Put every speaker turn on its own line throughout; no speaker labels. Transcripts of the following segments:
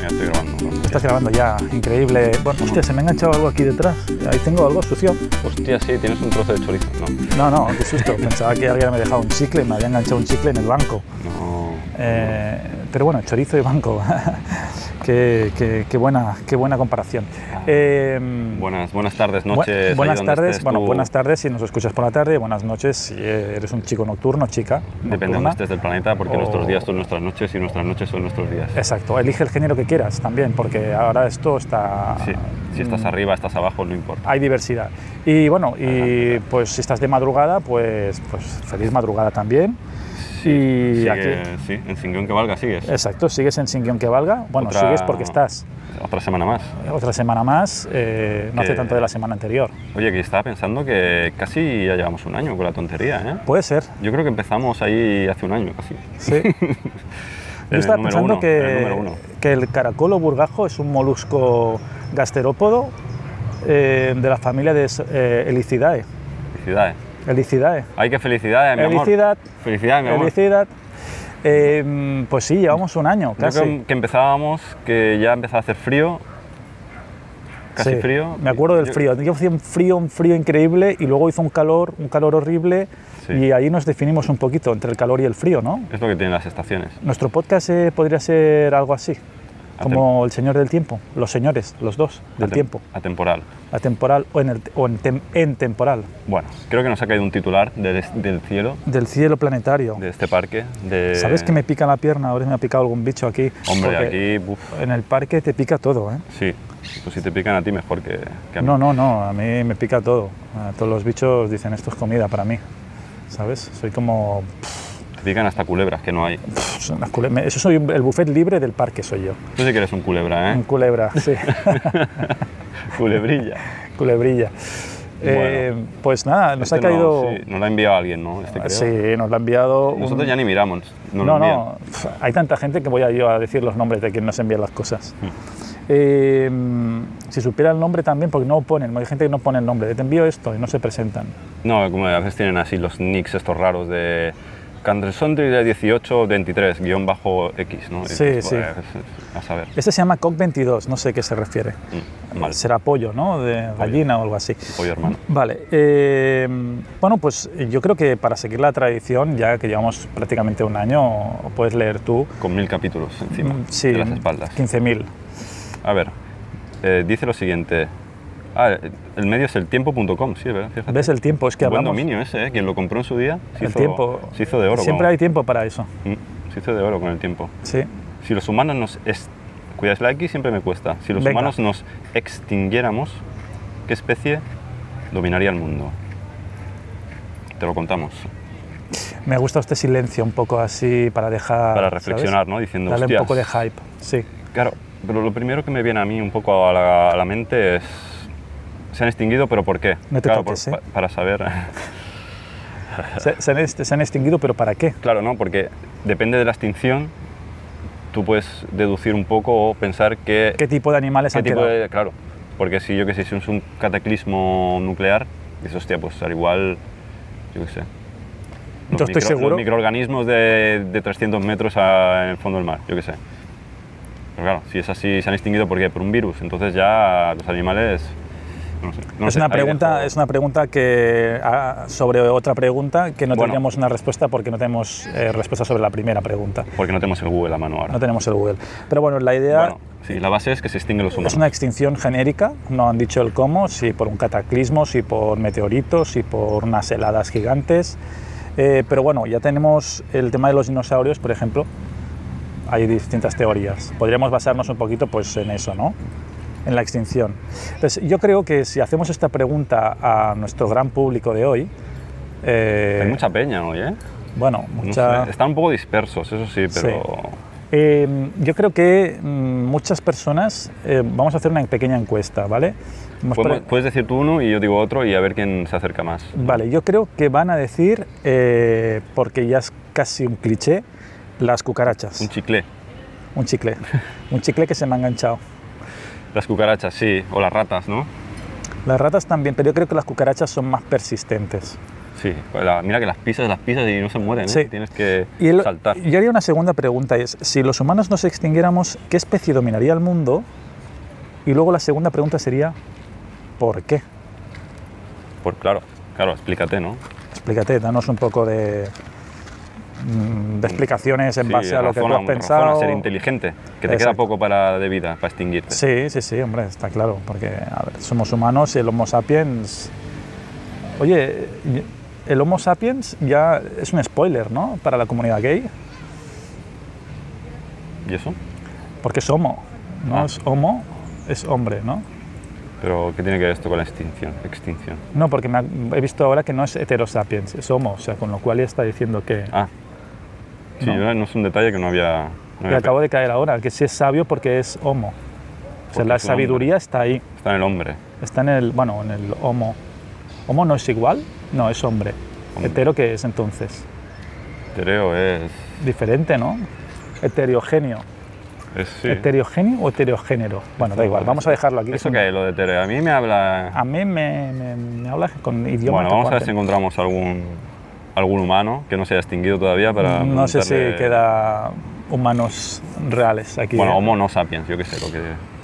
Ya estoy grabando. grabando
Estás grabando ya, increíble. Bueno, hostia, se me ha enganchado algo aquí detrás. Ahí tengo algo sucio.
ya. Hostia, sí, tienes un trozo de chorizo. No,
No, no, qué susto. Pensaba que alguien me había dejado un chicle, me había enganchado un chicle en el banco.
no.
Eh, pero bueno, chorizo y banco. qué, qué- qué buena, qué buena comparación. Eh,
Buenas, Ah. buenas tardes,
bu-
noches. ahí
buenas
donde
tardes,
estés
bueno,
tú.
buenas tardes si nos escuchas por la tarde, buenas noches si eh, eres un chico nocturno, chica.
Depende de
nocturna. Oh.
donde estés del planeta, porque
O-
nuestros días son nuestras noches y nuestras noches son nuestros días.
Exacto, elige el género que quieras también, porque ahora esto está...
Sí, si estás
mm,
arriba, estás abajo, no importa.
hay diversidad. Y bueno, y pues si estás de madrugada, pues, pues feliz madrugada también. y
Sigue-
aquí-
Sí, en Cinguión que valga sigues.
exacto, sigues en Sin Guión que Valga. Bueno,
Otra-
sigues porque estás
Otra semana más.
otra semana más, eh, no hace
Que-
tanto de la semana anterior.
Oye, que estaba pensando que casi ya llevamos un año con la tontería, ¿eh?
Puede ser,
Yo creo que empezamos ahí hace un año casi.
sí. Yo
El
estaba
número
pensando
uno, el número
que,
uno.
que el caracol o burgajo es un molusco gasterópodo eh, de la familia de eh, Elicidae.
Felicidades.
Elicidae.
Ay, qué felicidades, mi amor.
Felicidad.
Felicidades, mi amor.
Felicidad. Eh, pues sí, llevamos un año
Yo
casi.
creo que empezábamos, que ya empezaba a hacer frío. Casi
Sí,
frío.
Me acuerdo del
Yo-
frío. Yo hacía un frío, un frío increíble y luego hizo un calor, un calor horrible
Sí.
y ahí nos definimos un poquito entre el calor y el frío, ¿no?
Es lo que tienen las estaciones.
Nuestro podcast eh, podría ser algo así, como El Señor del Tiempo, los señores, los dos, del
Atem-
tiempo,
Atemporal.
atemporal o, en, el, o en, tem- en temporal,
Bueno, creo que nos ha caído un titular del, del cielo,
del cielo planetario.
de este parque. De,
¿Sabes que me pica la pierna? Ahora me ha picado algún bicho aquí.
Hombre,
porque
aquí, buf,
En el parque te pica todo, ¿eh?
sí. Pues si te pican a ti, mejor que, que a mí.
No, no, no, a mí me pica todo. A todos los bichos dicen esto es comida para mí, ¿sabes? Soy como
Te pican hasta culebras, que no hay.
Pff, son unas Pues cule- me- Eso soy un- el buffet libre del parque, soy yo.
Tú sí que eres un culebra,
Un
¿eh?
culebra, sí,
Culebrilla.
culebrilla. Eh, pues nada, nos
Este
ha caído.
No, sí, nos lo ha enviado alguien, ¿no? Este, creo.
sí, nos lo ha enviado. un-
Nosotros ya ni miramos. Nos lo
no,
envían.
no, pff, hay tanta gente que voy a yo a decir los nombres de quien nos envía las cosas.
Mm.
Eh, mm, si supiera el nombre también, porque no ponen, hay gente que no pone el nombre, de te envío esto y no se presentan.
No, como a veces tienen así los nicks estos raros de Candresondri de 18 23 guión bajo X, ¿no? Y pues,
Sí,
dices,
sí.
"Joder, A saber,
Este se llama COC22, no sé a qué se refiere.
Mm, mal,
Será pollo, ¿no? De gallina o algo así.
pollo hermano.
Vale, eh, bueno, pues yo creo que para seguir la tradición, ya que llevamos prácticamente un año, puedes leer tú.
Con mil capítulos encima
Mm, sí,
de las espaldas.
15.000.
A ver, eh, dice lo siguiente. Ah, el medio es el tiempo.com, sí, ¿verdad? Fíjate.
¿Ves el tiempo? Es que
Buen
hablamos.
dominio ese, ¿eh? Quien lo compró en su día se,
El
hizo,
tiempo.
se hizo de oro.
Siempre
con-
hay tiempo para eso.
Mm, se hizo de oro con el tiempo.
Sí.
Si los humanos nos... es- Cuidáis la X siempre me cuesta. Si los
Venga.
humanos nos extinguiéramos, ¿qué especie dominaría el mundo? Te lo contamos.
Me gusta este silencio un poco así para dejar.
para
Ah, ¿sabes?
reflexionar, ¿no? Diciendo,
Darle un
"Hostias".
poco de hype. Sí.
Claro, pero lo primero que me viene a mí un poco a la, a la mente es... Se han extinguido, pero ¿por qué?
No te
claro,
toques, ¿eh?
pa- para saber...
Se, se han, est- se han extinguido, pero ¿para qué?
claro, ¿no? Porque depende de la extinción, tú puedes deducir un poco o pensar que...
¿Qué tipo de animales
¿Qué
han
tipo
quedado?
de.? Claro, porque si yo que sé, si es un cataclismo nuclear, dices, hostia, pues al igual. Yo qué sé.
Yo estoy seguro.
los microorganismos de, de 300 metros a- en el fondo del mar, yo qué sé. Pero claro, si es así, se han extinguido ¿por qué? Por un virus. Entonces ya los animales. No sé. no
es,
sé,
una
ahí
pregunta,
dejo-
es una pregunta que ah, sobre otra pregunta que no
Bueno.
tendríamos una respuesta porque no tenemos eh, respuesta sobre la primera pregunta.
Porque no tenemos el Google a mano ahora.
No tenemos el Google. Pero bueno, la idea
Bueno, sí, la base es que se extinguen los humanos.
es una extinción genérica, no han dicho el cómo, si por un cataclismo, si por meteoritos, si por unas heladas gigantes. Eh, pero bueno, ya tenemos el tema de los dinosaurios, por ejemplo. Hay distintas teorías. Podríamos basarnos un poquito pues, en eso, ¿no? En la extinción. Entonces, yo creo que si hacemos esta pregunta a nuestro gran público de hoy, eh,
Hay mucha peña hoy, ¿eh?
bueno,
No
mucha,
sé, Están un poco dispersos, eso sí, pero.
eh, yo creo que mm, muchas personas, eh, vamos a hacer una pequeña encuesta, ¿vale? Hemos
Podemos-
pre-
Puedes decir tú uno y yo digo otro y a ver quién se acerca más.
Vale, yo creo que van a decir, eh, porque ya es casi un cliché, las cucarachas.
Un chicle.
Un chicle. un chicle que se me ha enganchado.
Las cucarachas, sí, o las ratas, ¿no?
Las ratas también, pero yo creo que las cucarachas son más persistentes.
Sí, la- mira que las pisas, las pisas y no se mueren, ¿eh?
Sí.
tienes que
Y el-
saltar.
Yo haría una segunda pregunta, y es, si los humanos nos extinguiéramos, ¿qué especie dominaría el mundo? Y luego la segunda pregunta sería, ¿por qué?
Por claro, claro, explícate, ¿no?
Explícate, danos un poco de, mm, de explicaciones en
Sí,
base a lo que tú
razona,
has
razona,
pensado.
ser inteligente, que te queda
Exacto.
poco para de vida, para extinguirte.
Sí, sí, sí, hombre, está claro, porque a ver, somos humanos y el Homo sapiens. Oye, el Homo sapiens ya es un spoiler, ¿no? Para la comunidad gay,
¿Y eso?
porque es homo, ¿no?
Ah.
Es homo, es hombre, ¿no?
¿Pero qué tiene que ver esto con la extinción? extinción?
No, porque me ha- he visto ahora que no es hetero sapiens, es homo, o sea, con lo cual ya está diciendo que.
Ah, sí,
No.
yo- no es un detalle que no había... no
le
había
acabo de caer ahora, que sí es sabio porque es homo. O sea,
Porque
la
es un hombre.
sabiduría está ahí,
pe- Está en el hombre.
está en el, bueno, en el homo. ¿Homo no es igual? No, es hombre.
Hombre.
¿Hetero qué es entonces?
Tereo es...
diferente, ¿no? Heterogéneo.
es sí.
¿Heterogéneo o heterogénero? Bueno, da igual, vamos a dejarlo aquí.
¿Eso qué es lo de tereo? A mí me habla...
A mí me, me, me habla con idioma.
Bueno, vamos a ver si
tacuarte.
encontramos algún, algún humano que no se haya extinguido todavía para...
No sé si
preguntarle-
queda humanos reales aquí.
Bueno,
¿eh?
homo no sapiens, yo qué sé, lo que...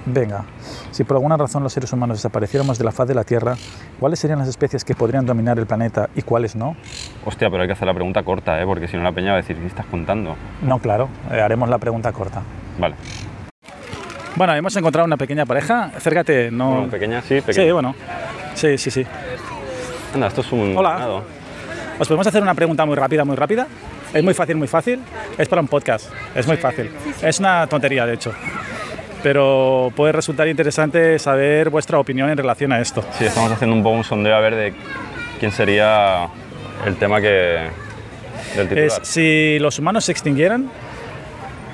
Venga, si por alguna razón los seres humanos desapareciéramos de la faz de la Tierra, ¿cuáles serían las especies que podrían dominar el planeta y cuáles no?
Hostia, pero hay que hacer la pregunta corta, ¿eh? Porque si no la peña va a decir, ¿qué estás contando?
No, claro, eh, haremos la pregunta corta.
Vale.
Bueno, hemos encontrado una pequeña pareja. Acércate, no.
Bueno, pequeña, sí, pequeña.
sí, bueno. Sí, sí, sí.
Anda, esto es un
Hola.
ganado.
Os podemos hacer una pregunta muy rápida, muy rápida. Es muy fácil, muy fácil. Es para un podcast. Es muy fácil. Es una tontería, de hecho. Pero puede resultar interesante saber vuestra opinión en relación a esto.
Sí, estamos haciendo un poco un sondeo a ver de quién sería el tema que del titular.
Es, si los humanos se extinguieran,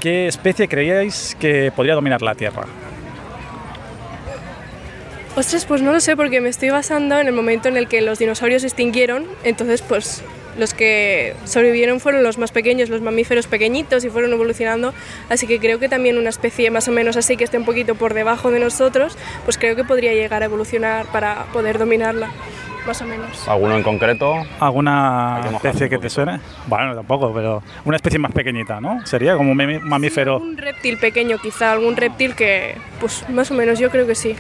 ¿qué especie creíais que podría dominar la Tierra?
Ostras, pues no lo sé porque me estoy basando en el momento en el que los dinosaurios se extinguieron, entonces pues los que sobrevivieron fueron los más pequeños, los mamíferos pequeñitos y fueron evolucionando, así que creo que también una especie más o menos así que esté un poquito por debajo de nosotros, pues creo que podría llegar a evolucionar para poder dominarla, más o menos.
Ah,
¿Alguno en concreto?
¿Alguna
Hay que mojarse
especie
un
que te
poquito.
suene? Bueno, tampoco, pero una especie más pequeñita, ¿no? Sería como un mami- mamífero.
Un reptil pequeño quizá, algún reptil que, pues más o menos yo creo que sí.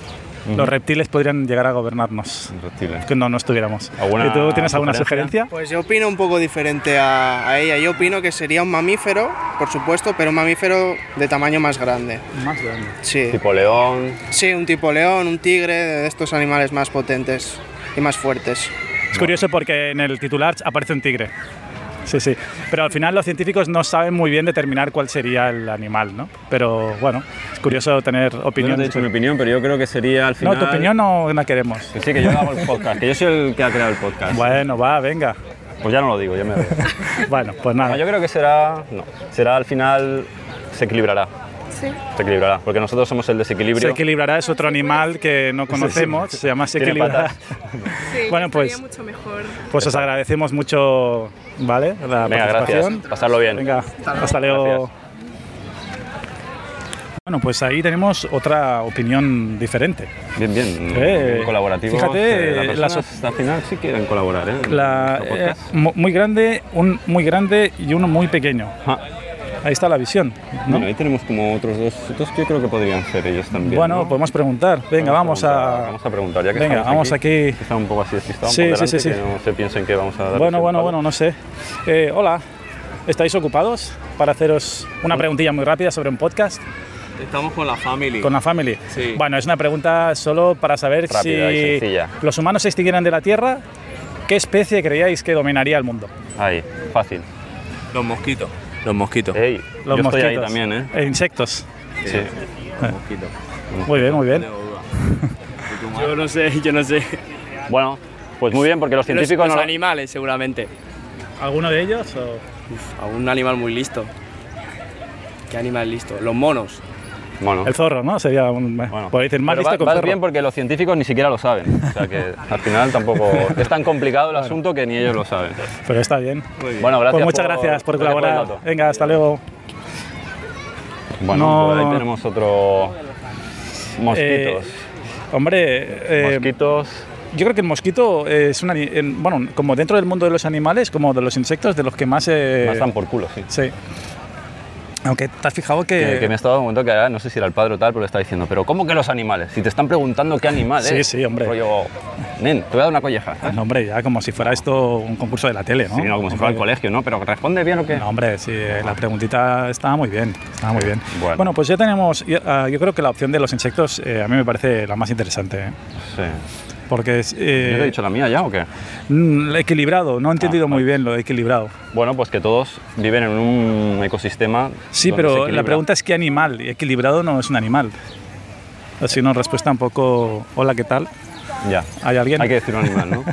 Los reptiles podrían llegar a gobernarnos,
reptiles.
que no, no estuviéramos.
¿Alguna
¿Y tú tienes alguna
sugerencia?
sugerencia?
Pues yo opino un poco diferente a, a ella. Yo opino que sería un mamífero, por supuesto, pero un mamífero de tamaño más grande.
Más grande.
Sí.
Tipo león.
Sí, un tipo león, un tigre, de estos animales más potentes y más fuertes.
Es curioso porque en el titular aparece un tigre. Sí, sí. Pero al final los científicos no saben muy bien determinar cuál sería el animal, ¿no? Pero bueno, es curioso tener
Yo no
opinión.
te he dicho mi opinión, pero yo creo que sería al final.
no, tu opinión no la queremos.
Que sí, que yo hago el podcast, que yo soy el que ha creado el podcast.
Bueno, va, venga.
Pues ya no lo digo, ya me veo.
Bueno, pues
No,
nada.
yo creo que será. No. Será al final. Se equilibrará.
Sí.
Se equilibrará. Porque nosotros somos el
Se
desequilibrio.
equilibrará es otro animal que no conocemos, se llama se equilibrará.
patas.
Bueno, pues-
Estaría mucho mejor.
Pues os agradecemos mucho, ¿vale? La
Venga,
participación.
gracias. Pasarlo bien.
Venga, hasta luego.
Gracias.
Bueno, pues ahí tenemos otra opinión diferente.
Bien, bien.
Eh,
Bien colaborativo.
fíjate,
Eh, las
las-
personas al final sí quieren colaborar, ¿eh? en
La,
nuestro
eh,
podcast.
mu- muy grande, un muy grande y uno muy pequeño.
Ah,
Ahí está la visión. ¿no?
Bueno, ahí tenemos como otros dos. Otros que yo creo que podrían ser ellos también.
Bueno,
¿no?
podemos preguntar. Venga, vamos
preguntar,
a.
Vamos a preguntar, ya que
Venga,
estamos
vamos aquí.
que Está un poco así despistados
Sí,
por
sí, sí,
delante,
sí.
Que no se piensen que vamos a dar.
Bueno, bueno, bueno, no sé. Eh, hola, ¿estáis ocupados para haceros
Mm.
una preguntilla muy rápida sobre un podcast
Estamos con la family.
con la family?
Sí.
Bueno, es una pregunta solo para saber
Rápida y
si
sencilla.
los humanos se extinguieran de la Tierra, ¿qué especie creíais que dominaría el mundo?
Ahí, fácil.
Los mosquitos. Los mosquitos.
Ey,
Los
yo
mosquitos.
estoy ahí también, ¿eh?
Eh, Insectos.
Sí.
Los mosquitos.
Muy bien, muy bien.
Yo no sé, yo no sé.
Bueno, pues muy bien, porque los
Los,
científicos
los
no. lo-
animales, seguramente.
¿Alguno de ellos? o?
A un animal muy listo. ¿Qué animal listo? Los monos.
Bueno.
El zorro, ¿no? Sería un. eh,
Bueno,
Podéis decir, más
Pero
listo
va-
que un
vas
zorro.
bien porque los científicos ni siquiera lo saben. O sea que al final tampoco es tan complicado el asunto que ni ellos lo saben.
Pero está bien.
Bueno, gracias.
Pues muchas gracias por colaborar.
el dato.
Venga, hasta luego.
Bueno,
No.
por ahí tenemos otro. Mosquitos.
Hombre, eh,
Mosquitos.
Yo creo que el mosquito es una. Bueno, como dentro del mundo de los animales, como de los insectos, de los que más. eh,
Más dan por culo, sí.
Sí. Aunque te has fijado que.
Que, que me ha estado un momento que ahora, no sé si era el padre o tal, pero le estaba diciendo, pero ¿cómo que los animales? Si te están preguntando qué animal
Sí,
es.
sí, hombre.
Rollo, nen, te voy a dar una colleja.
Ah, no, hombre, ya como si fuera esto un concurso de la tele, ¿no?
Sí, no, como si fuera al colegio, ¿no? Pero responde bien o qué.
No, hombre, sí, eh, la preguntita estaba muy bien, estaba muy bien.
Bueno.
Bueno, pues ya tenemos, y- ah, yo creo que la opción de los insectos eh, a mí me parece la más interesante, ¿eh?
Sí.
porque es
¿Yo te he
eh,
dicho Ah, la mía ya o qué?
mm, equilibrado, no he entendido muy bien lo de equilibrado.
Bueno, pues que todos viven en un ecosistema.
Sí,
donde se
pero la
equilibra.
pregunta es qué animal, y equilibrado no es un animal. Así una respuesta un poco, hola, ¿qué tal?
Ya.
¿Hay alguien?
Hay que decir un animal, ¿no?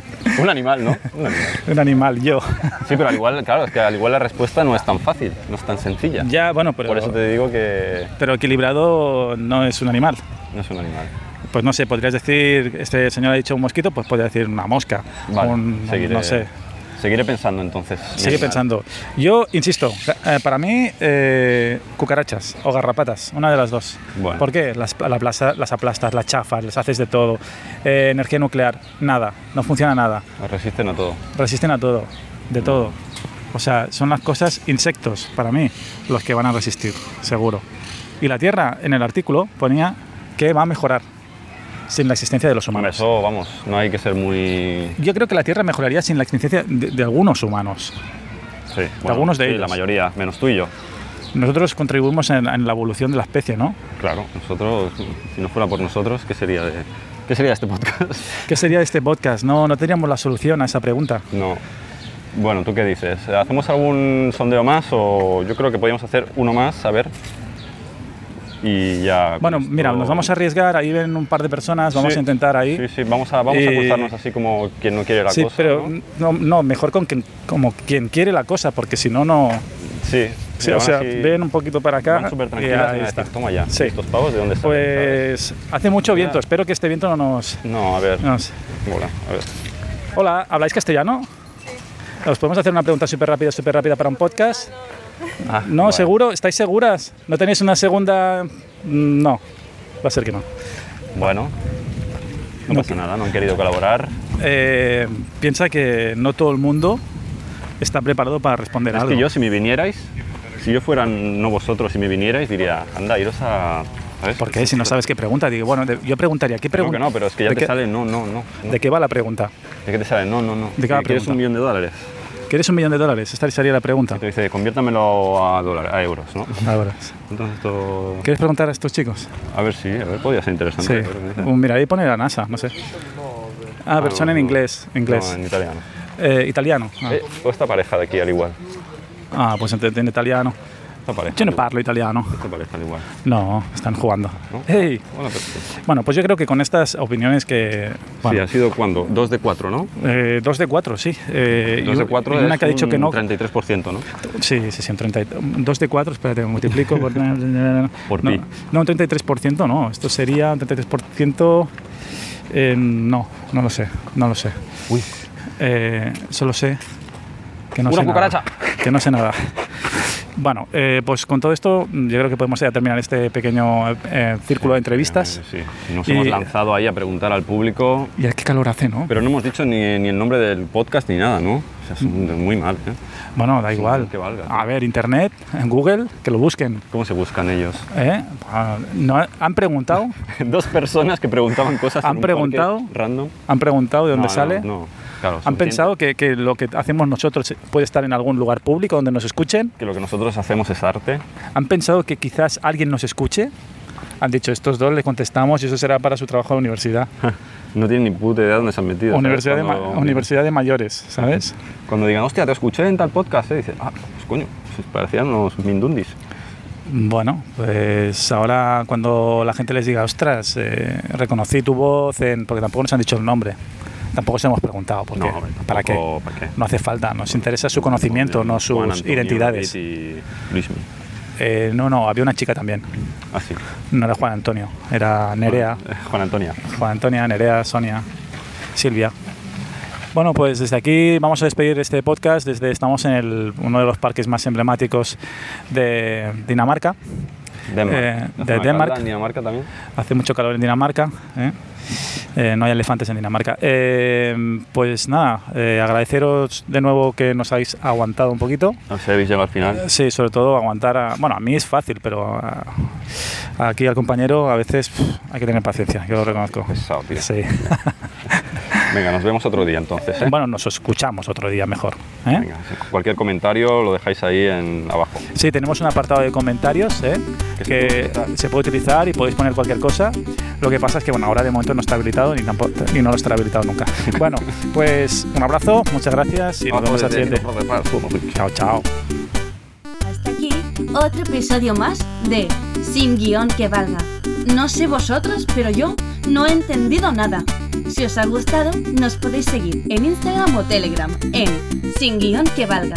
un animal, ¿no? Un animal.
Un animal, yo.
Sí, pero al igual, claro, es que al igual la respuesta no es tan fácil, no es tan sencilla.
ya, bueno, pero,
Por eso te digo que
pero equilibrado no es un animal.
no es un animal.
Pues no sé, podrías decir, este señor ha dicho un mosquito, pues podría decir una mosca.
Vale,
un-
seguiré,
no sé.
Seguiré pensando entonces. mi
Sigue
animal.
pensando. Yo insisto, eh, para mí, eh, cucarachas o garrapatas, una de las dos.
Bueno.
¿Por qué? Las, la plaza- las aplastas, las chafas, les haces de todo. Eh, energía nuclear, nada, no funciona nada.
Resisten a todo.
Resisten a todo, de todo. O sea, son las cosas, insectos, para mí, los que van a resistir, seguro. Y la Tierra, en el artículo, ponía que va a mejorar sin la existencia de los
Bueno,
humanos.
eso, vamos, no hay que ser muy...
Yo creo que la Tierra mejoraría sin la existencia de- de algunos humanos.
Sí, bueno,
algunos de
sí,
ellos.
la mayoría, menos tú y yo.
Nosotros contribuimos en, en la evolución de la especie, ¿no?
Claro, nosotros, si no fuera por nosotros, ¿qué sería de, qué sería de este podcast?
¿Qué sería de este podcast? No, no teníamos la solución a esa pregunta.
No. Bueno, ¿tú qué dices? ¿Hacemos algún sondeo más o yo creo que podríamos hacer uno más, a ver? Y ya... con
Bueno,
esto-
mira, nos vamos a arriesgar, ahí ven un par de personas, vamos
Sí.
a intentar ahí.
Sí, sí, vamos a, vamos a
Y-
acusarnos así como quien no quiere la
Sí,
cosa.
pero
¿no?
¿no? No, mejor con quien, como quien quiere la cosa, porque si no, no...
Sí,
Sí,
mira,
o
van
sea,
así-
ven un poquito para acá.
Van súper
y
tranquilas y van a
ahí
decir,
está.
toma ya,
Sí.
estos pavos de dónde están.
Pues hace mucho
Mira.
viento, espero que este viento no nos...
No, a ver.
nos-
Hola, a ver.
Hola, ¿habláis castellano? ¿Os podemos hacer una pregunta súper rápida, súper rápida para un podcast?
Ah,
No,
vale.
seguro, ¿estáis seguras? ¿No tenéis una segunda...? Mm, No, va a ser que no.
Bueno, no pasa nada, no han querido colaborar.
Eh, piensa que no todo el mundo está preparado para responder
Es
algo.
que yo, si me vinierais, si yo fuera no vosotros, si me vinierais, diría, anda, iros a. ¿sabes?
¿Por qué? Si no sabes qué pregunta, digo, bueno, de- yo preguntaría, ¿qué
Creo
pregunta?
que no, pero es que ya
¿De
te
qué-
sale, no, no, no. no.
¿De qué va la pregunta?
¿De qué te sale? No, no, no.
¿De qué va la
Que ¿Quieres
pregunta? Ah.
un millón de dólares?
¿Quieres un millón de dólares? Esta sería la pregunta.
Te dice, conviértamelo a dólares, a euros, ¿no?
Ahora,
Entonces esto.
¿quieres preguntar a estos chicos?
A ver si, a ver, podría ser
Sí.
interesante. a ver qué dice.
Uh, Mira, ahí pone la NASA, no sé. Ah, versión
no,
en
no.
inglés, inglés.
No, en italiano.
Eh, italiano. Ah.
Eh, o esta pareja de aquí al igual.
Ah, pues entiende italiano.
Esta pareja.
Yo no
al igual.
parlo italiano.
Esta pareja al igual.
No, están jugando.
¿No?
Hey.
Bueno, pero-
Bueno, pues yo creo que con estas opiniones que...
Sí,
bueno,
ha sido cuando? Dos de cuatro, ¿no?
Eh, dos de cuatro, sí. Eh,
Dos
y
de
u-
cuatro
y una
es
que ha dicho
un
que no.
33%, ¿no?
Sí, sí, sí, un 30 y- Dos de cuatro, espérate, multiplico por.
Por
no,
pi.
No, un 33%, no. Esto sería un 33%. eh, no, no lo sé, no lo sé.
Uy.
Eh, solo sé que no
Una
sé
cucaracha.
nada. Que no sé nada. Bueno, eh, pues con todo esto, yo creo que podemos ya terminar este pequeño eh, círculo de entrevistas.
Eh, Sí, nos
Y-
hemos lanzado ahí a preguntar al público,
Y qué calor hace, ¿no?
pero no hemos dicho ni, ni el nombre del podcast ni nada, ¿no? O sea, es un- muy mal, ¿eh?
bueno, da
sí,
igual.
que valga.
A ver, internet, en Google, que lo busquen.
¿Cómo se buscan ellos?
¿eh? Ah, no- han preguntado
Dos personas que preguntaban cosas en
¿Han
un parque
preguntado?
random.
¿Han preguntado de
No,
dónde
no,
sale?
No, claro.
¿Han
suficiente
pensado que, que lo que hacemos nosotros puede estar en algún lugar público donde nos escuchen?
que lo que nosotros hacemos es arte?
¿Han pensado que quizás alguien nos escuche? Han dicho, estos dos le contestamos y eso será para su trabajo de universidad.
No tienen ni puta idea de dónde se han metido. ¿sabes?
universidad, de, ma-
Cuando-
universidad de mayores, ¿sabes?
Cuando digan, hostia, te escuché en tal podcast, ¿eh? dices, ah, pues coño, pues parecían unos mindundis.
Bueno, pues ahora cuando la gente les diga, ostras, eh, reconocí tu voz, en... porque tampoco nos han dicho el nombre. Tampoco se hemos preguntado, porque
No, hombre,
¿para, qué?
tampoco, ¿para qué?
No hace falta, nos interesa su conocimiento, no sus
Juan Antonio,
identidades.
Pete y Luismi.
Eh, no, no, había una chica también.
Así.
No era Juan Antonio, era Nerea.
eh,
Eh,
Juan Antonia.
Juan Antonia, Nerea, Sonia, Silvia. Bueno, pues desde aquí vamos a despedir este podcast. Desde, estamos en el- uno de los parques más emblemáticos de Dinamarca.
Denmark.
Eh,
No hace
de
mal,
Denmark.
¿verdad? Dinamarca también.
Hace mucho calor en Dinamarca. ¿eh? Eh, no hay elefantes en Dinamarca. Eh, pues nada, eh, agradeceros de nuevo que nos habéis aguantado un poquito.
Nos habéis llegado al final.
Sí, sobre todo aguantar a... Bueno, a mí es fácil, pero a- aquí al compañero a veces pf, hay que tener paciencia, yo lo reconozco.
Pesado, tío.
Sí.
Venga, nos vemos otro día entonces. ¿eh?
Bueno, nos escuchamos otro día mejor. ¿eh?
Venga, cualquier comentario lo dejáis ahí en abajo.
Sí, tenemos un apartado de comentarios ¿eh?
Que se puede
que
utilizar.
se puede utilizar y podéis poner cualquier cosa. Lo que pasa es que bueno, ahora de momento no está habilitado y, tampoco, y no lo estará habilitado nunca. Bueno, pues un abrazo, muchas gracias y nos vemos al siguiente. Chao, chao.
Hasta aquí otro episodio más de Sin guión que valga. No sé vosotros, pero yo no he entendido nada. Si os ha gustado, nos podéis seguir en Instagram o Telegram en Sin guión que valga.